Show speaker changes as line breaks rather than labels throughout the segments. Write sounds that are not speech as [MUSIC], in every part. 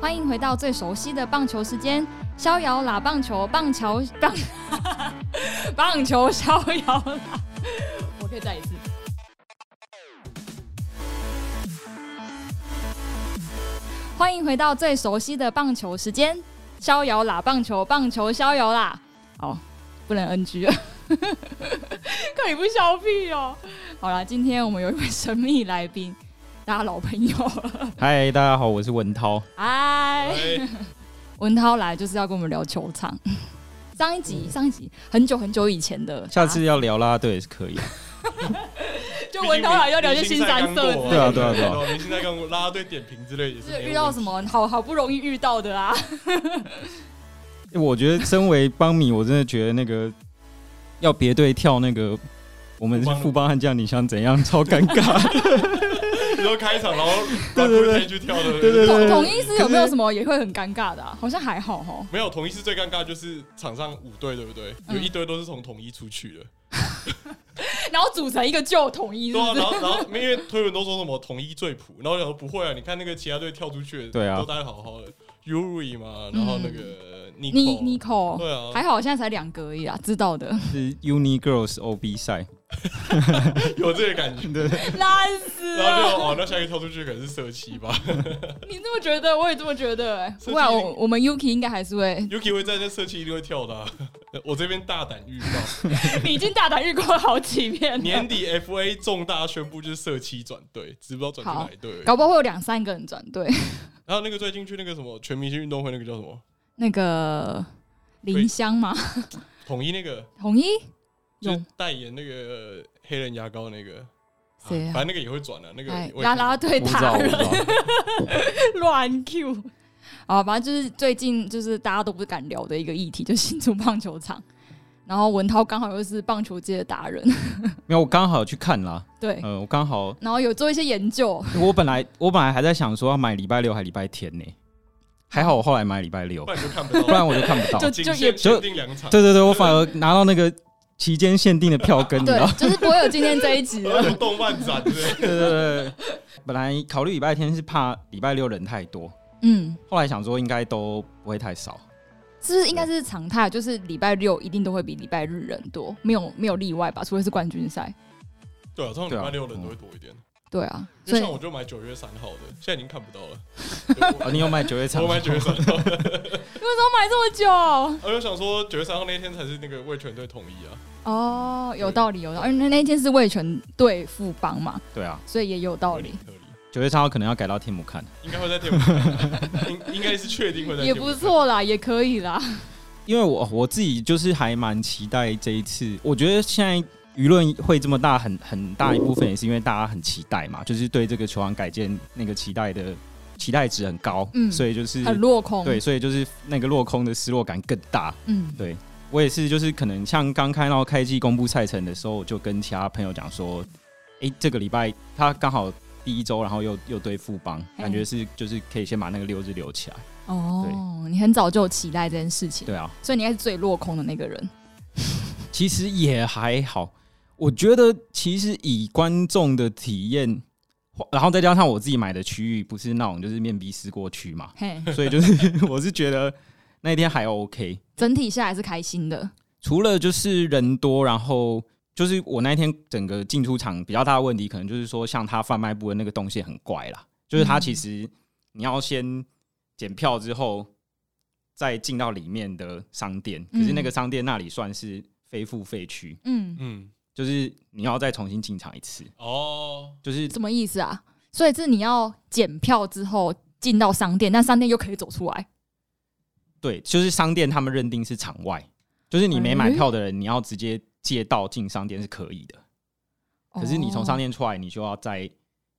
欢迎回到最熟悉的棒球时间，逍遥喇棒球，棒球棒 [LAUGHS] 棒球逍遥喇。我可以再一次。欢迎回到最熟悉的棒球时间，逍遥喇棒球，棒球逍遥啦。哦，不能 NG 了， [LAUGHS] 可以不消屁哦。好啦，今天我们有一位神秘来宾，大家老朋友了，
嗨，大家好，我是文涛。
嗨。
哎
文涛来就是要跟我们聊球场。 [LAUGHS] 上一集，上一集很久很久以前的，
下次要聊啦啦队也是可以啊， [LAUGHS]
啊就文涛来要聊一些新三色之类
对
的，
啊对啊对啊
啊，明星在干过拉拉队点评之类也是
就是
没有问题
遇到什么好好不容易遇到的啊。
我觉得身为邦米，我真的觉得那个要别队跳那个，我们是
富
富邦悍将，你想怎样？超尴尬。 [LAUGHS]
你说开场然后
对对对
去跳的，
对对
统
对
统一师有没有什么也会很尴尬的啊？好像还好哈。
没有统一是最尴尬，就是场上五队对不对？
嗯
有一堆都是从统一出去的，
[LAUGHS] 然后组成一个旧统一，是
对
不
啊，
是？
然后然后因为推文都说什么统一最普，然后我想说不会啊，你看那个其他队跳出去的，
对啊
都待好好的，Yuri 嘛，然后那个 n i
你
c o
Nico
对啊，
嗯还好，现在才两个而已啊，知道的。
是 Uni Girls OB 赛，
[LAUGHS] 有这个感觉，
对，
[LAUGHS] 烂死
然后
了！
就哦，那下一个跳出去可能是社七吧 [LAUGHS]
你这么觉得，我也这么觉得、欸。
设计
不然我我们 Yuki 应该还是会，
，Yuki 会在那社七一定会跳的啊， [LAUGHS] 我这边大胆预告。
[LAUGHS] 你已经大胆预告好几遍了
[LAUGHS] 年，底 FA 重大宣布就是社七转队，只不知道转去哪一队而已。
搞不好会有两三个人转队。
然后那个最近去那个什么全明星运动会，那个叫什么
那个林香吗？
统一那个，
统一
就是
有
代言那个黑人牙膏那个，
谁啊
反正那个也会转的、那个
哎，
我也
拉
看
拉队
我不知道，
打
我不
人
知道。
乱 Q。啊，反正就是最近就是大家都不敢聊的一个议题，就是新竹棒球场。然后文涛刚好又是棒球界的达人， [LAUGHS]
没有，我刚好去看啦。
对，
嗯
呃，我刚好，
然后有做一些研究，
我本来我本来还在想说要买礼拜六还礼拜天呢，还好我后来买礼拜六
不，然就看不
不
到，
然我就看不到。
[LAUGHS] 就
仅
就也
限限定两场。
对对对，我反而拿到那个期间限定的票根，
嗯
你知
对
道吗？，
就是不会有今天这一集
然后 [LAUGHS]
了。
有动漫展对
[LAUGHS]
不对？
对对对，对本来考虑礼拜天是怕礼拜六人太多，
嗯，
后来想说应该都不会太少。
是不是应该是常态？就是礼拜六一定都会比礼拜日人多，没有没有例外吧？除非是冠军赛。
对啊，通常
对
礼
啊
拜六人都会多一点。
对啊，
因
所
为
以
像我就买九月三号的，现在已经看不到了。
哦，你有买九月
对
场？
我我买九月三号， [LAUGHS]
你为什么买这么久？
我就想说九月三号那天才是那个卫权队统一啊。
哦，有道理，有道理。而那那一天是魏权对富邦嘛，
[LAUGHS] 对啊，
所以也有道理。
合理，合理
九月三号可能要改到天母看，
应该会在天母看，应应该是确定会在
也
天母
不
看
错啦，也可以啦。
因为我我自己就是还蛮期待这一次。我觉得现在舆论会这么大，很很大一部分也是因为大家很期待嘛，就是对这个球场改建那个期待的期待值很高，
嗯
所以就是
很落空。
对，，所以就是那个落空的失落感更大。
嗯，
对我也是，就是可能像刚看到开季公布赛程的时候，我就跟其他朋友讲说，诶，这个礼拜他刚好第一周，然后又又对富邦，
嘿
感觉是就是可以先把那个六日留起来。
哦，你很早就有期待这件事情，
对啊，
所以你应该是最落空的那个人。
其实也还好，我觉得其实以观众的体验，然后再加上我自己买的区域不是那种就是面壁思过区嘛， [LAUGHS]
嘿，
所以就是我是觉得那一天还 OK。
整体下来是开心的。
除了就是人多，然后就是我那一天整个进出场比较大的问题，可能就是说像他贩卖部的那个东西很怪啦，就是
嗯
他其实你要先检票之后再进到里面的商店，可
嗯
是那个商店那里算是非付费区，
嗯，
嗯，
就是你要再重新进场一次，
哦，
就是
什么意思啊？所以是你要检票之后进到商店，但商店又可以走出来。
对，就是商店他们认定是场外，就是你没买票的人，你要直接借道进商店是可以的，
哦
可是你从商
店，
店出来，你就要再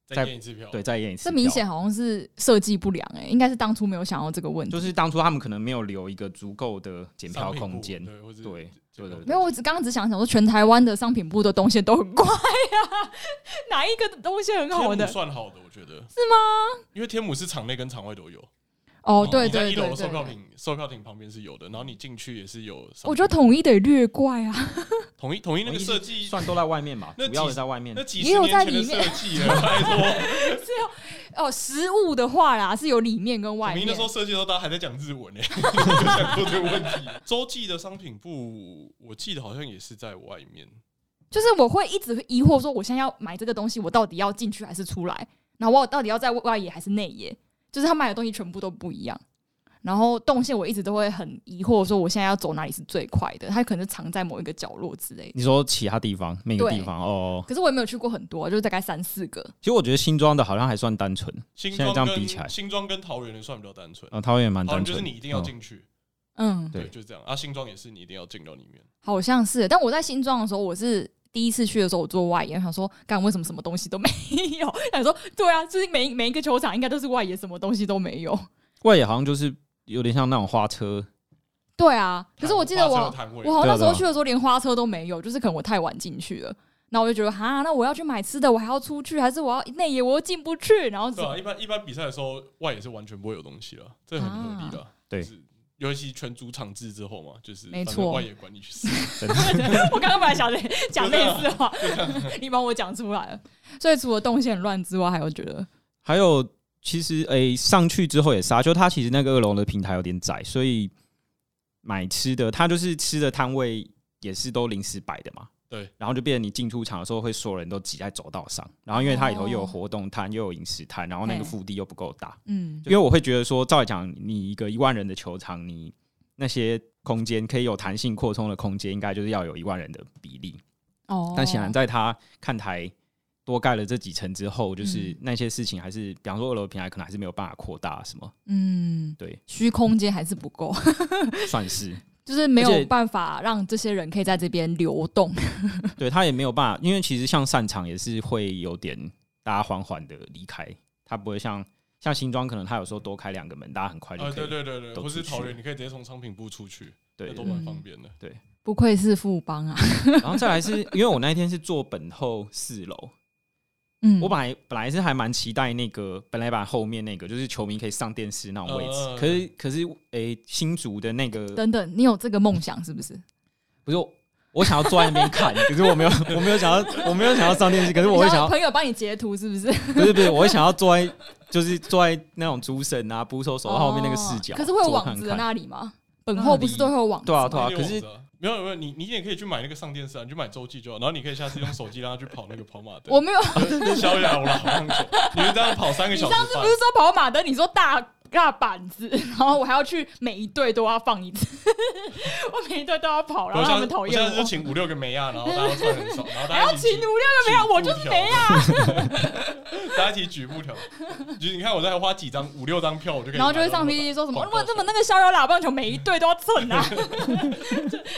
再
再
验一次票，
对再验一次
这
票，
明显好像是设计不良哎、应该是当初没有想到这个问题。
就是当初他们可能没有留一个足够的检票
商品部，
空间，
对，或者
对对对
没有，我只刚刚只想想说，全台湾的商品部的东西都很怪呀、 [LAUGHS] 哪一个东西很好
天
的
母？算好的，我觉得
是吗？
因为天母是场内跟场外都有。
哦，对
你在
对
一楼
对
的售票
对，
亭，售票亭旁边是有的，然后你进去也是有商品。
我觉得统一得略怪啊。
统一统一那个设计，
[LAUGHS] 算都在外面吧，
那
主要
几
的在外面
那。几
也
十
有在 [LAUGHS]
年前
里面
的设计了，拜托，
是哦， [LAUGHS] 哦，食物的话啦是有里面跟
我
外
们
面
那时。候设计的时候，大家还在讲日文呢、欸， [LAUGHS] 就想过这个问题。洲际的商品部，我记得好像也是在外面。
就是我会一直疑惑说，我现在要买这个东西，我到底要进去还是出来？然后我到底要在外野还是内野？就是他卖的东西全部都不一样。然后动线我一直都会很疑惑，说我现在要走哪里是最快的？它可能藏在某一个角落之类的。
你说其他地方每个地方哦，
可是我也没有去过很多，啊就是大概三四个。
其实我觉得新庄的好像还算单纯，
新
现在
庄
这样
跟
比起来
新庄跟桃园的算比较单纯。
啊，桃园也蛮
桃
单
园
纯，
就是你一定要
嗯
进去，
嗯，
对
对，就是这样。啊，新庄也是你一定要进到里面。
好像是。但我在新庄的时候，我是第一次去的时候，我做外野，想说干为什么什么东西都没有？ [LAUGHS] 想说对啊，就是每每一个球场应该都是外野，什么东西都没有。
外野好像就是有点像那种花车，
对啊，可是我记得我
花车的摊位
我好像那时
对啊
候
对啊
去的时候连花车都没有，就是可能我太晚进去了。那我就觉得哈，那我要去买吃的，我还要出去，还是我要内野我又进不去，然后怎
对啊，
么
一般一般比赛的时候，外也是完全不会有东西了，这很合理的。啊
对
就是尤其全主场制之后嘛，就是
啊没错
反正外野管你去死。
真的
[LAUGHS] 我刚刚本来想着讲类似的话，你帮我讲出来了。所以除了动线很乱之外，还有觉得
还有其实诶、上去之后也杀，就它其实那个二楼的平台有点窄，所以买吃的，它就是吃的摊位也是都临时摆的嘛。
对，
然后就变成你进出场的时候，会所有人都挤在走道上。然后因为它里头又有
哦
活动摊，又有饮食摊，然后那个
嘿
腹地又不够大，
嗯
因为我会觉得说，照理讲，你一个一万人的球场，你那些空间可以有弹性扩充的空间，应该就是要有一万人的比例。
哦，
但显然在他看台多盖了这几层之后，就是
嗯
那些事情还是，比方说二楼平台可能还是没有办法扩大，什么
嗯
对，
虚空间还是不够，
算是
就是没
而且
有办法让这些人可以在这边流动。 [LAUGHS]
对他也没有办法，因为其实像散场也是会有点大家缓缓的离开，他不会像像新庄可能他有时候多开两个门，大家很快就
啊，
可
对
以
对对对，
都
或是
出去
桃园，你可以直接从商品部出去，
对
那都
对
蛮方
啊
便的。
不愧是富邦啊！
对然后再来是因为我那一天是坐本后四楼，
嗯，
我本来本来是还蛮期待那个，本来把后面那个就是球迷可以上电视那种位置，
嗯嗯嗯
可是可是诶、新竹的那个
等等，你有这个梦想是不是？
不是我我想要坐在那边看， [LAUGHS] 可是我没有，我没有想要，我没有想要上电视，可是我会
你
想
叫
要，
朋友帮你截图是不是？
不是不是，我会想要坐在，就是坐在那种主审啊、捕手手套后面那个视角，
哦可是会有
坐看
网子的
看嗯
那里吗？本后不是都会有网子
对啊
吗？
对啊，
那
可
个网
是
子啊没有没有，你你也可以去买那个上电视啊，你去买洲际就好，然后你可以下次用手机让他去跑那个跑马灯。
我没有，
我逍遥了，好像走你们这样跑三个
你
小
上
时
次
半
不是，说跑马灯，你说大大板子， [LAUGHS] 然后我还要去每一队都要放一次，我每一队都要跑，然后
我
他
下
们
次
讨
我
厌
下次就
我，
请五六个梅亚，然后大家都穿很少，然后
还
大家
要
一
请
起
努力个没有，我就是没啊。
[LAUGHS] 大家一起举木条，就是你看我再花几张五六张票，我就可以。
然后就会上 PPT 说什么，
广
我
告
怎么那个逍遥喇棒球每一队都要蹭
[LAUGHS]
啊？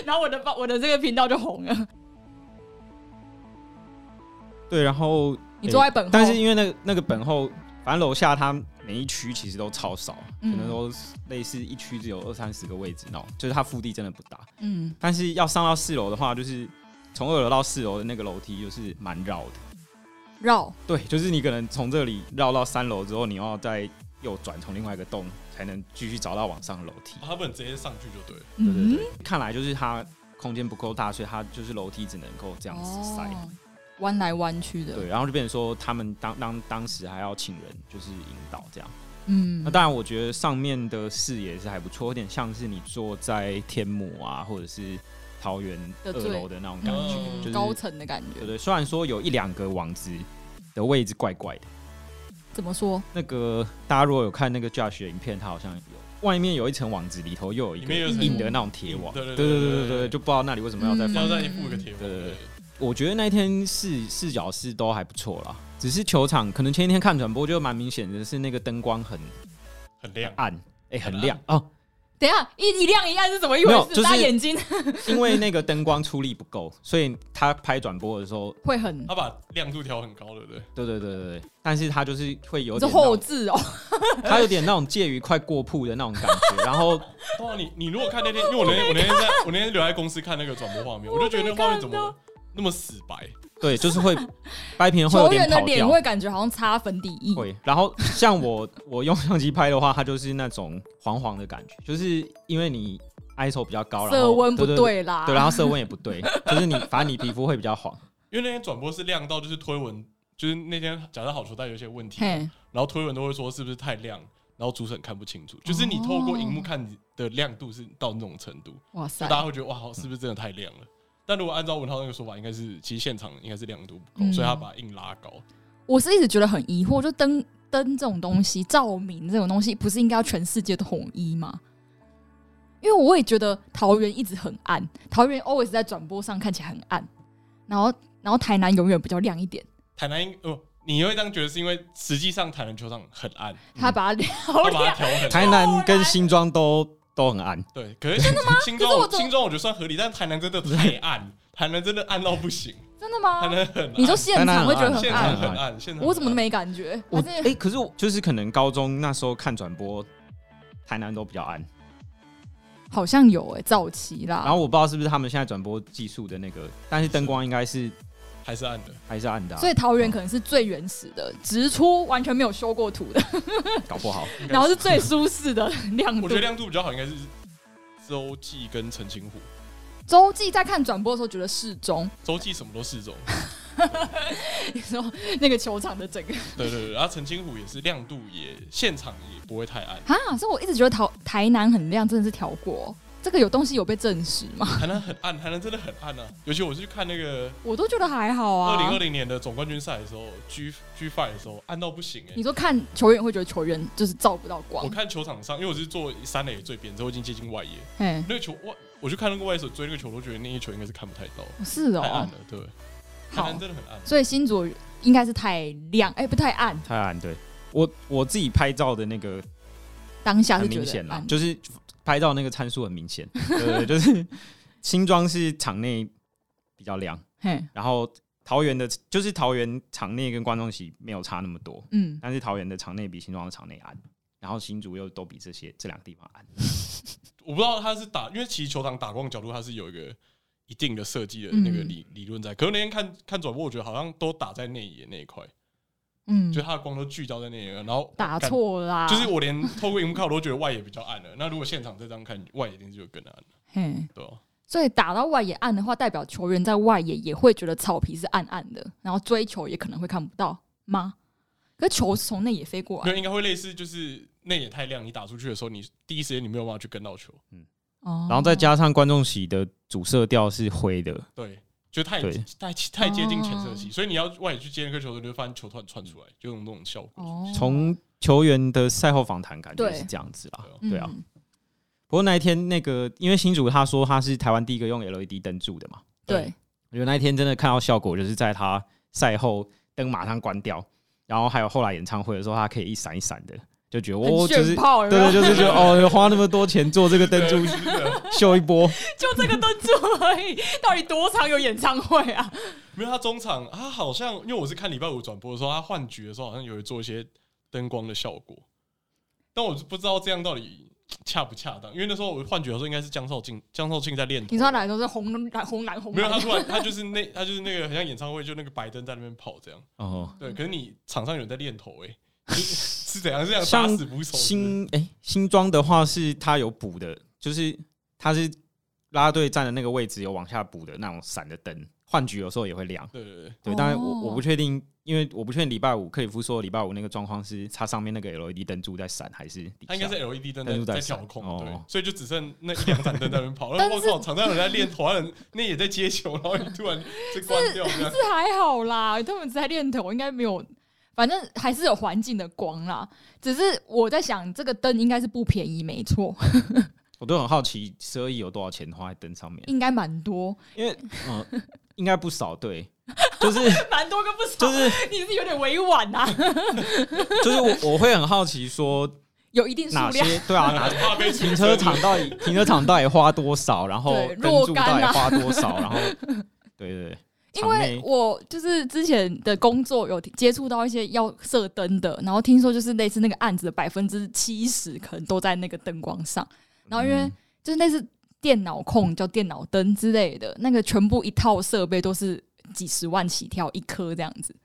然后我的我的这个频道就红了。
对，然后
你坐在本后，
但是因为那个那个本后，反正楼下它每一区其实都超少，可
嗯
能都类似一区只有二三十个位置那种，就是它腹地真的不大。
嗯，
但是要上到四楼的话，就是从二楼到四楼的那个楼梯就是蛮绕的。
绕
对，就是你可能从这里绕到三楼之后，你要再右转从另外一个洞才能继续找到往上的楼梯。
他不能直接上去就对了。
嗯
对对对，看来就是它空间不够大，所以它就是楼梯只能够这样子塞。
哦，弯来弯去的，
对，然后就变成说他们当当当时还要请人就是引导这样。
嗯
那当然，我觉得上面的视野是还不错，有点像是你坐在天母啊，或者是桃园二
的最
楼的那种感觉，
嗯
就是
高层的感
对
觉，
对。虽然说有一两个网子的位置怪怪的。
怎么说？
那个大家如果有看那个 Josh 的影片，他好像有外面有一层网子，里头又有一
里面有
个
一层
硬的那种铁网。
硬
对
对对
对
对
对
对
对
对
对，
对
就不知道那里为什么要再
嗯
放。
要在你付个铁网。
对对对
对
我觉得那天视视角是都还不错啦，只是球场可能前一天看转播就蛮明显的是那个灯光很
很亮。
暗，哎、很亮哦，
等一下一一亮一暗是怎么一
没
回
有
事？
就是
他眼
[LAUGHS]
睛
因为那个灯光出力不够，所以他拍转播的时候，
会很，
他把亮度调很高，对不对？
对对对对对，但是他就是会有
是
点那
后
种，
置哦，
他有点那种介于快过曝的那种感觉，然后
哇，你你如果看那天，因为我那天我那天在我那天留在公司看那个转播画面，我就觉得那个画面怎么那么死白？
对，就是会掰平会有
球 [LAUGHS]
点
员的
跑
脸
掉。
会感觉好像擦粉底液，
会，然后像我我用相机拍的话，它就是那种黄黄的感觉，就是因为你 ISO 比较高，然后
色温不
对对，
对啦，
对，然后色温也不对，就是你反正你皮肤会比较黄，
因为那天转播是亮到就是推文就是那天假设好球带有一些问题，
嘿，
然后推文都会说是不是太亮，然后主审看不清楚，就是你透过荧
哦
幕看的亮度是到那种程度，
哇
就
塞，
大家会觉得哇，好是不是真的太亮了？但如果按照文涛那个说法，应该是其实现场应该是亮度不够，
嗯
所以他把硬拉高。
我是一直觉得很疑惑，就灯灯这种东西，照明这种东西，不是应该要全世界都统一吗？因为我也觉得桃园一直很暗，桃园 always 在转播上看起来很暗，然后然后台南永远比较亮一点，
台南应呃，你会这样觉得是因为实际上台南球场很暗，
他把它
他
好
把它
亮，
调很暗。
台南跟新庄都都很
啊
暗，
对，可是新
可是我
庄
怎么
新庄我觉得算合理，但台南真的太暗，台南真的暗到不
[LAUGHS]
行，
真的
台
吗？
南很暗。啊
你说现场会觉得很
现
暗
场，很暗，现场
我怎么
很暗
没感觉？
我
还
哎、
是
可是我就是可能高中那时候看转播，台南都比较暗。
好像有哎、早期
然
啦，
后我不知道是不是他们现在转播技术的那个，但是灯光应该是
还是暗的？
还是暗的啊、
所以桃园可能是最原始的，直出完全没有修过图的，
搞不好。
应该
然后是最舒适的亮
我
度
觉。得亮度比较好，应该是洲际跟澄清湖。
周记在看转播的时候觉得适中，
洲际什么都适中，
你说那个球场的整个
对对对，然后澄清湖也是亮度也现场也不会太暗，
啊，所以我一直觉得桃台南很亮，真的是调过、这个有东西有被证实吗？ [LAUGHS]
台南很暗，台南真的很暗啊！尤其我去看那个
我都觉得还好啊。
二零二零年的总冠军赛的时候，G G Five 的时候暗到不行哎、
你说看球员会觉得球员就是照不到光
我，看球场上，因为我是坐三垒最边，之后已经接近外野，
哎，
那个球外，我去看那个外手追那个球，我都觉得那一球应该是看不太到，
是
太暗
哦
了，，对，台
好
南，真的很暗。
所以新竹应该是太亮，哎、不太暗，
太暗，对我我自己拍照的那个
当下
很
是觉
明
得嗯
显啦
暗，，
就是拍照那个参数很明显，对，就是新庄是场内比较亮，
嘿，
然后桃园的，就是桃园场内跟观众席没有差那么多，
嗯，
但是桃园的场内比新庄的场内暗，然后新竹又都比这些这两个地方暗，
哦
我不知道他是打，因为其实球场打光角度它是有一个一定的设计的
嗯
那个理、理论在。可是那天看看转播，我觉得好像都打在内野那一块，
嗯
就，它的光都聚焦在内野，然后
打
感。
错啦，
就是我连透过荧幕看，我都觉得外野比较暗了。那如果现场再这样看，外野一定就更暗了，
嘿，
对啊吧？
所以打到外野暗的话，代表球员在外野也会觉得草皮是暗暗的，然后追球也可能会看不到吗？可是球是从内野飞过来，
没有，应该会类似，就是内野太亮，你打出去的时候，你第一时间你没有办法去跟到球，
哦
然后再加上观众席的主色调是灰的，
哦
对，就太
对
太太接近浅色系，所以你要外野去接那颗球的时候，你就发现球突然窜出来，就有那种效果。
哦
从球员的赛后访谈感觉
对
是这样子啦。
嗯
对
对啊，不过那一天那个，因为新竹他说他是台湾第一个用 LED 灯柱的嘛，
对，
我觉得那一天真的看到效果，就是在他赛后灯马上关掉，然后还有后来演唱会的时候，他可以一闪一闪的，就觉得
很
哦，就是
炫炮，有
对
没有
对，就是觉得哦，花那么多钱做这个灯
对
珠
是的
秀一波，
就这个灯柱而已，到底多长有演唱会啊？
没有他中场，他好像因为我是看礼拜五转播的时候，他换局的时候好像有做一些灯光的效果，但我不知道这样到底恰不恰当，因为那时候我换局的时候应该是江少庆，江少庆在练头。
[LAUGHS] 你说他来的时候是红蓝红蓝红
没有，他
蓝，
突然他就是那他就是那个很像演唱会，就那个白灯在那边跑这样。
哦，
对，可是你场上有人在练头哎、欸， [LAUGHS] 是是怎样？是这样
像
打死不手？
新哎、新装的话是他有补的，就是他是啦啦队站的那个位置有往下补的那种闪的灯，换局有时候也会亮。
对对对，
对，当然我
哦
我不确定，因为我不确定礼拜五克里夫说礼拜五那个状况是它上面那个 LED 灯柱在闪还是底
他应该
下
是 LED 灯
灯
在
在
在
闪
调控，
哦
对，所以就只剩那一两盏灯在那边跑。然
但
后我
是
靠，场上有人在练头，还有人那也在接球，然后你突然就关掉这样。
是还好啦，他们只在练头，应该没有，反正还是有环境的光啦。只是我在想，这个灯应该是不便宜，没错，
我都很好奇十二亿有多少钱花在灯上面，啊
应该蛮多，
因为嗯、应该不少，对，就是
蛮多跟不少，
就是
你是有点委婉啊，
就是我我会很好奇说
[LAUGHS] 有一定数
哪
量。
些对啊哪
怕被
停车场到底停车场到底花多少，然后
对
灯
若
柱到
干
底
啊
花多少，
[LAUGHS]
然后对对对，
因
场
为
内
我就是之前的工作有接触到一些要射灯的，然后听说就是类似那个案子的百分之七十可能都在那个灯光上，然后因为
嗯
就是类似电脑控叫电脑灯之类的，那个全部一套设备都是几十万起跳一颗这样子，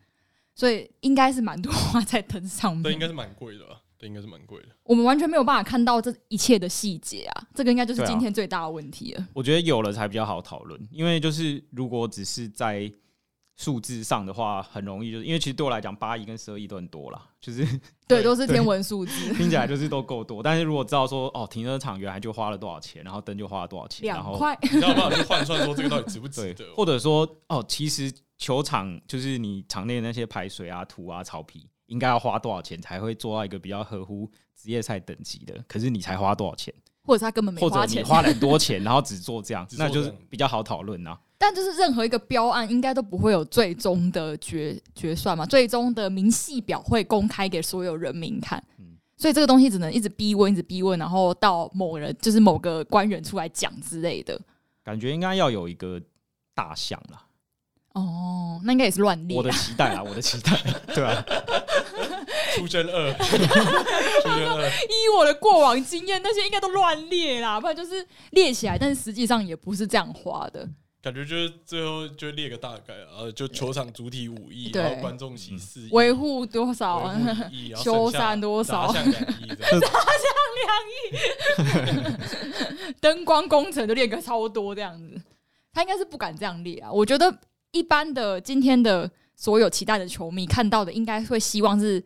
所以应该是蛮多花在灯上
对，应该
面。
是蛮贵的吧？对，应该是蛮贵的。
我们完全没有办法看到这一切的细节啊，这个应该就是
对啊
今天最大的问题了。
我觉得有了才比较好讨论，因为就是如果只是在数字上的话，很容易就是因为其实对我来讲，八亿跟十二亿都很多啦，就是 [LAUGHS]
对，都是天文数字，
听起来就是都够多。但是如果知道说哦，停车场原来就花了多少钱，然后灯就花了多少钱，然
两
后
块。
你知道办法去换算说这个到底值不值
对
得，？
或者说哦，其实球场就是你场内的那些排水啊、土啊、草皮，应该要花多少钱才会做到一个比较合乎职业赛等级的？可是你才花多少钱，
或者他根本没
或者
花
你
钱，
花了很多钱，然后只
[LAUGHS]
做这样，
只做
那就是
这样
比较好讨论啊。
但就是任何一个标案，应该都不会有最终的决决算嘛，最终的明细表会公开给所有人民看。
嗯
所以这个东西只能一直逼问，一直逼问，然后到某人就是某个官员出来讲之类的。
感觉应该要有一个大项啦，
哦，那应该也是乱列 [LAUGHS]
我的期待啊，我的期待，对啊，
出真二，出真二，
依我的过往经验，那些应该都乱列啦，不然就是列起来，但是实际上也不是这样花的。
嗯
感觉就是最后就列个大概，呃，就球场主体五亿，
对
然后观众席四亿，
维护多
维
少
护
啊？
[LAUGHS]
一亿，然后
修
剩下
缮多少
杂项两亿这样，
灯光工程就列个超多这样子，他应该是不敢这样列啊。我觉得一般的今天的所有期待的球迷看到的，应该会希望是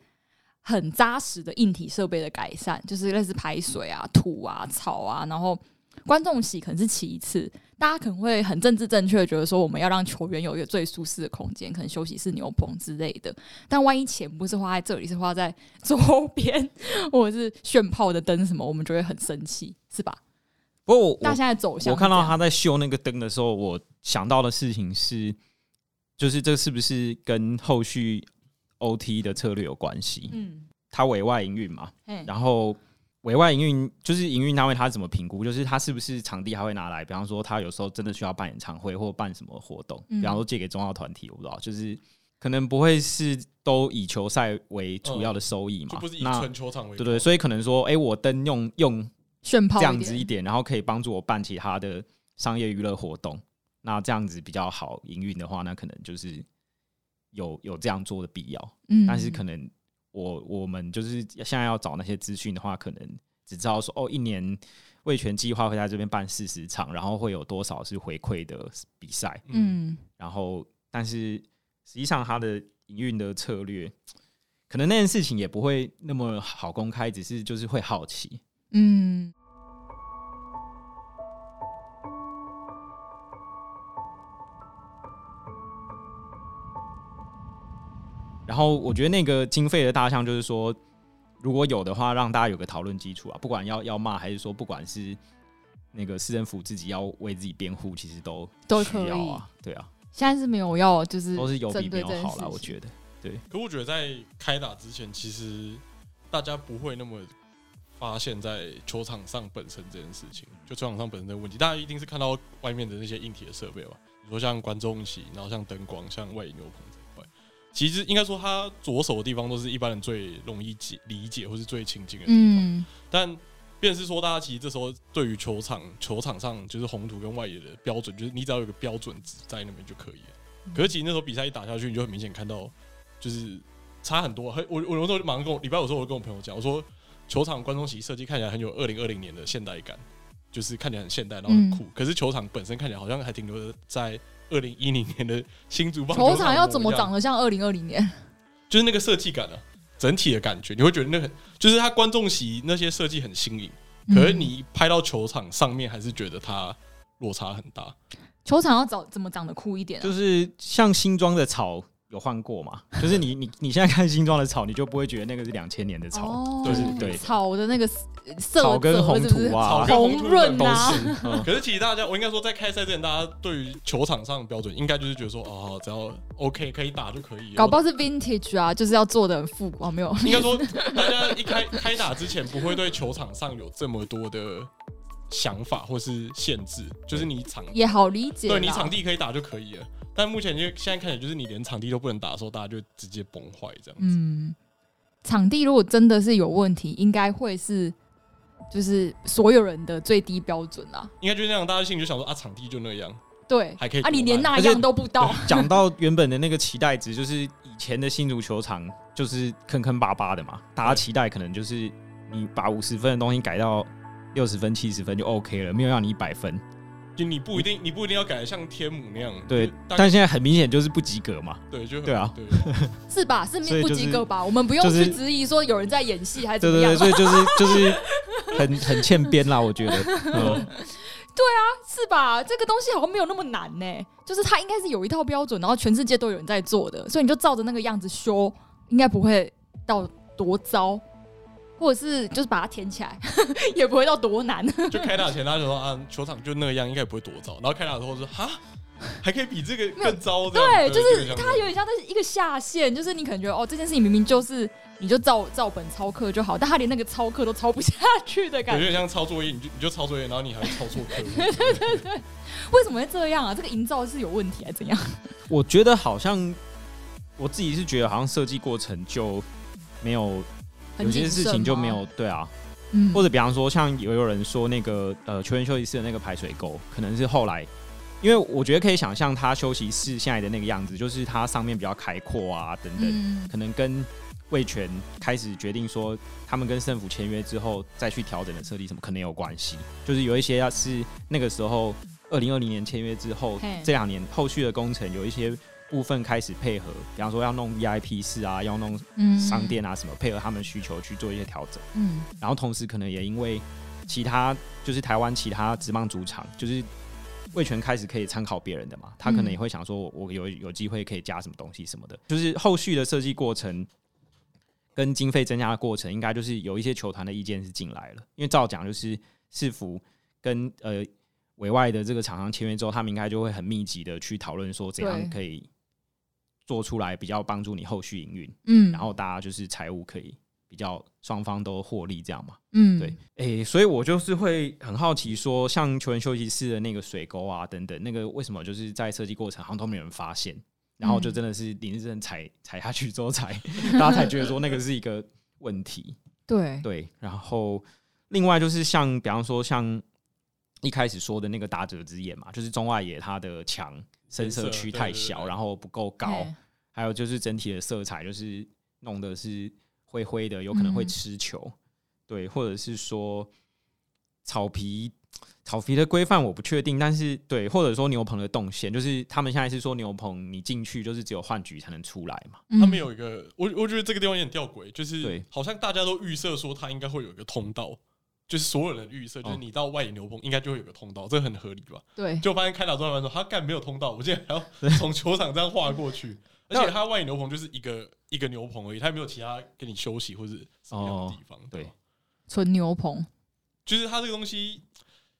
很扎实的硬体设备的改善，就是类似排水啊、土啊、草啊，然后观众席可能是其次，大家可能会很政治正确，觉得说我们要让球员有一个最舒适的空间，可能休息室、牛棚之类的。但万一钱不是花在这里，是花在周边 [LAUGHS] 或者是炫炮的灯什么，我们就会很生气，是吧？
不过我
大家的走向，
我看到，他在修那个灯的时候，我想到的事情是，就是这是不是跟后续 OT 的策略有关系？
嗯，
它委外营运嘛，
嘿，
然后委外营运就是营运单位他怎么评估？就是他是不是场地还会拿来，比方说他有时候真的需要办演唱会或办什么活动，
嗯
比方说借给重要团体，我不知道，就是可能不会是都以球赛为主要的收益嘛，
嗯就不是以
那
纯球场为
对
主，
对，所以可能说，哎、我灯用用
炫炮一
这样
点
子一点，然后可以帮助我办其他的商业娱乐活动。那这样子比较好营运的话，那可能就是有有这样做的必要。
嗯
但是可能我我们就是现在要找那些资讯的话，可能只知道说哦，一年卫权计划会在这边办四十场，然后会有多少是回馈的比赛，
嗯，
嗯，
然后但是实际上它的营运的策略，可能那件事情也不会那么好公开，只是就是会好奇。
嗯
然后我觉得那个经费的大项就是说，如果有的话，让大家有个讨论基础啊，不管要要骂还是说，不管是那个市政府自己要为自己辩护，其实都
都
需
可
要
以
啊，对啊，
现在是没有要就是
都是有比
针
没
对
有
这件
好
事
啦，我
情
觉得。
可我觉得在开打之前，其实大家不会那么发现，在球场上本身这件事情，就球场上本身的问题，大家一定是看到外面的那些硬体的设备吧？你说像观众席，然后像灯光，像外野牛棚这一块，其实应该说他着手的地方都是一般人最容易解理解或是最亲近的地方。
嗯
但便是说，大家其实这时候对于球场球场上就是红土跟外野的标准，就是你只要有个标准值在那边就可以
嗯
了。可是其实那时候比赛一打下去，你就很明显看到，就是差很多。很 [LAUGHS] 我我那时候马上跟我礼拜五的时候，我就跟我朋友讲，我说球场观众席设计看起来很有二零二零年的现代感，就是看起来很现代，然后很酷。
嗯
可是球场本身看起来好像还停留在二零一零年的新竹棒
球场要
的模
怎么
样
长得像二零二零年？
就是那个设计感啊，整体的感觉，你会觉得那个就是它观众席那些设计很新颖，可是
嗯
你拍到球场上面，还是觉得它落差很大。
球场要长怎么长得酷一点啊？
就是像新庄的草有换过嘛？就是你你你现在看新庄的草，你就不会觉得那个是两千年的草，
哦
就是
对
草的那个呃色
草跟
泽
红
是不是
土啊
草，跟
红润
都
啊，
是。嗯
可是其实大家，我应该说，在开赛之前，大家对于球场上的标准，应该就是觉得说，哦，只要 OK 可以打就可以了。
搞不好是 vintage 啊，就是要做的很复古啊，
[LAUGHS]
没有，
应该说，大家一开开打之前，不会对球场上有这么多的想法或是限制，就是你场
也好理解啦。
对你场地可以打就可以了。但目前就现在看起来，就是你连场地都不能打的时候，大家就直接崩坏这样。
嗯，场地如果真的是有问题，应该会是就是所有人的最低标准啦。
应该就是那样，大家心里就想说啊，场地就那样，
对，
还可以
啊，你
多
连
卖
那
而且
样都不到，
讲到原本的那个期待值，就是以前的新足球场就是坑坑巴巴的嘛，大家期待可能就是你把五十分的东西改到六十分、七十分就 OK 了，没有让你一百分。
就你不一定，你不一定要改得像天母那样。
对
就，大概
但现在很明显就是不及格嘛。
对就很
对啊
对
[LAUGHS] 是吧？
[LAUGHS]
是
所以
不
就是
及格吧？我们不用
就是
去质疑说有人在演戏还是怎
对
么
对
样
对，，所以就是就是很很欠编啦，我觉得。嗯，
[LAUGHS] 是吧？这个东西好像没有那么难呢、就是它应该是有一套标准，然后全世界都有人在做的，所以你就照着那个样子修，应该不会到多糟，或者是就是把它填起来， [LAUGHS] 也不会到多难。 [LAUGHS]
就开打前大家就说啊，球场就那样，应该也不会多糟。然后开打之后说哈，还可以比这个更糟这
啊
对，
样。
就是
这样
它有点像是一个下限，就是你可能觉得哦，这件事情明明就是你就照照本操课就好，但他连那个操课都抄不下去的感
对，
觉，
有点像抄作业，你就你就抄作业，然后你还会抄错科目。
为什么会这样啊？这个营造是有问题还是怎样？
我觉得好像我自己是觉得好像设计过程就没有
很
有些
谨
事
慎
情就没
吗，
有对啊，
嗯，
或者比方说像有有人说那个呃球员休息室的那个排水沟，可能是后来。因为我觉得可以想象它休息室现在的那个样子，就是它上面比较开阔啊，等等，
嗯
可能跟魏权开始决定说他们跟政府签约之后再去调整的设计什么，可能有关系。就是有一些要是那个时候二零二零年签约之后
嘿，
这两年后续的工程有一些部分开始配合，比方说要弄 VIP 室啊，要弄
嗯
商，店啊什么，配合他们需求去做一些调整。
嗯
然后同时可能也因为其他就是台湾其他职棒主场就是。魏权开始可以参考别人的嘛，他可
嗯
能也会想说我，我有有机会可以加什么东西什么的，就是后续的设计过程跟经费增加的过程，应该就是有一些球团的意见是进来了，因为照讲就是市府跟呃委外的这个厂商签约之后，他们应该就会很密集的去讨论说怎
对
样可以做出来比较帮助你后续营运，
嗯，
然后大家就是财务可以比较双方都获利这样嘛。
嗯
对，诶、所以我就是会很好奇说像球员休息室的那个水沟啊等等，那个为什么就是在设计过程好像都没有人发现，然
嗯
后就真的是林志正踩踩下去之后才大家才觉得说那个是一个问题。
对
对，然后另外就是像比方说像一开始说的那个打者之眼嘛，就是中外野它的墙深色区太
对
小，
对嗯对
然后不够高，
嘿
还有就是整体的色彩就是弄的是灰灰的，有可能会
嗯
吃球，对，或者是说草皮。草皮的规范我不确定，但是对，或者说牛棚的动线，就是他们现在是说牛棚你进去就是只有换局才能出来嘛，
嗯
他们有一个，我我觉得这个地方有点吊诡，就是
对
好像大家都预设说它应该会有一个通道，就是所有人的预设，就是
哦
你到外野牛棚应该就会有个通道，这很合理吧？
对，
就发现开打之后，说他干没有通道，我竟然还要从球场这样划过去，而且他外野牛棚就是一个一个牛棚而已，他也没有其他给你休息或者什么样的地方。
对
吧
纯牛棚，
就是它这个东西，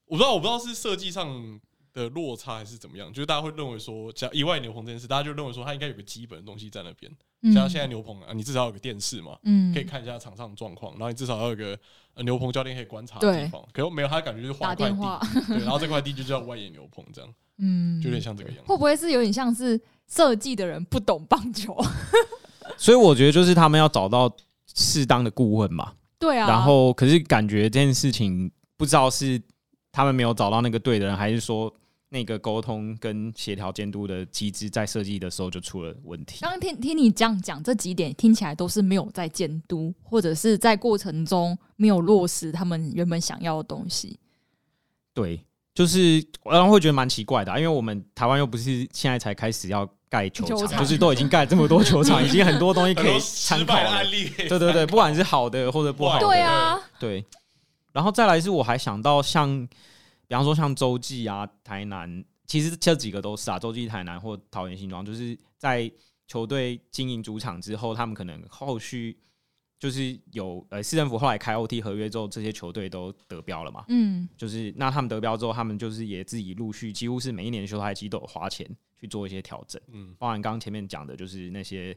我不知道，我不知道是设计上的落差还是怎么样，就是大家会认为说，加一外野牛棚这件事，大家就认为说它应该有个基本的东西在那边，
嗯
像现在牛棚啊，你至少有个电视嘛。
嗯
可以看一下场上的状况，然后你至少要有一个、呃、牛棚教练可以观察的地方。可是没有，他感觉就是划
打
一块
电
地，
话，
对，然后这块地就叫外野牛棚，这样
[LAUGHS] 嗯，
就有点像这个样子。
会不会是有点像是设计的人不懂棒球？ [LAUGHS]
所以我觉得就是他们要找到适当的顾问嘛，
对啊，
然后可是感觉这件事情不知道是他们没有找到那个对的人，还是说那个沟通跟协调监督的机制在设计的时候就出了问题。
刚刚听听你这样讲，这几点听起来都是没有在监督，或者是在过程中没有落实他们原本想要的东西。
对，就是然后会觉得蛮奇怪的啊、因为我们台湾又不是现在才开始要盖球场，
球场
就是都已经盖这么多
[LAUGHS]
球场，已经很多东西
很
可以
多失
参考
败的
了
案。例，
对对对，不管是好的或者不好的，
对啊，
对，然后再来是我还想到像，比方说像洲际啊、台南，其实这几个都是啊，洲际、台南或桃园新庄，就是在球队经营主场之后，他们可能后续就是有呃市政府后来开 OT 合约之后，这些球队都得标了嘛，
嗯
就是那他们得标之后，他们就是也自己陆续几乎是每一年休赛期都有花钱去做一些调整。
嗯，
包含刚刚前面讲的，就是那些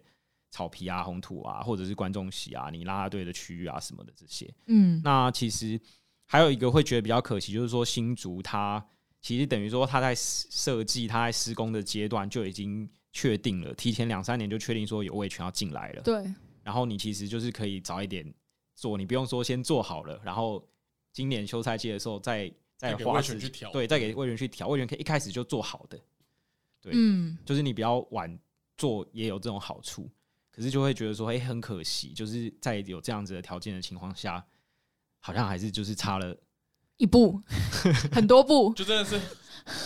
草皮啊、红土啊，或者是观众席啊、你啦啦队的区域啊什么的这些。
嗯，
那其实还有一个会觉得比较可惜，就是说新竹它其实等于说它在设计、它在施工的阶段就已经确定了，提前两三年就确定说有味全要进来了。
对，
然后你其实就是可以早一点做，你不用说先做好了，然后今年休赛季的时候再再
再给
花
味全
时
去
间
调
对，再给魏权去调，魏权可以一开始就做好的。对
嗯
就是你比较晚做也有这种好处，可是就会觉得说，哎、很可惜，就是在有这样子的条件的情况下，好像还是就是差了
一步， [LAUGHS] 很多
[LAUGHS]
步，
就真的是